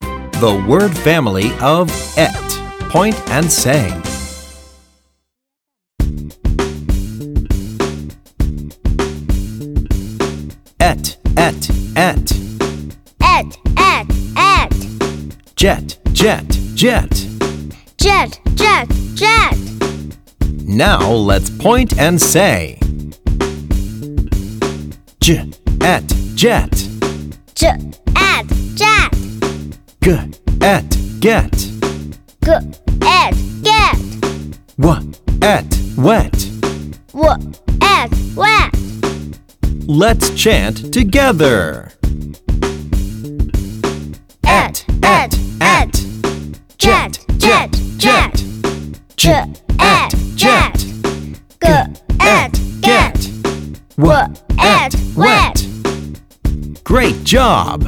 The word family of et. Point and say. Et, et, et. Et, et, et. Jet, jet, jet. Jet, jet, jet. Now let's point and say. J, et, jet. J, et, jet. G, et, get. G, et, get. W, et, wet. W, et, wet. Let's chant together. Et, et, et. Jet, jet, jet. J, et, jet. G, et, get. W, et, wet. Great job!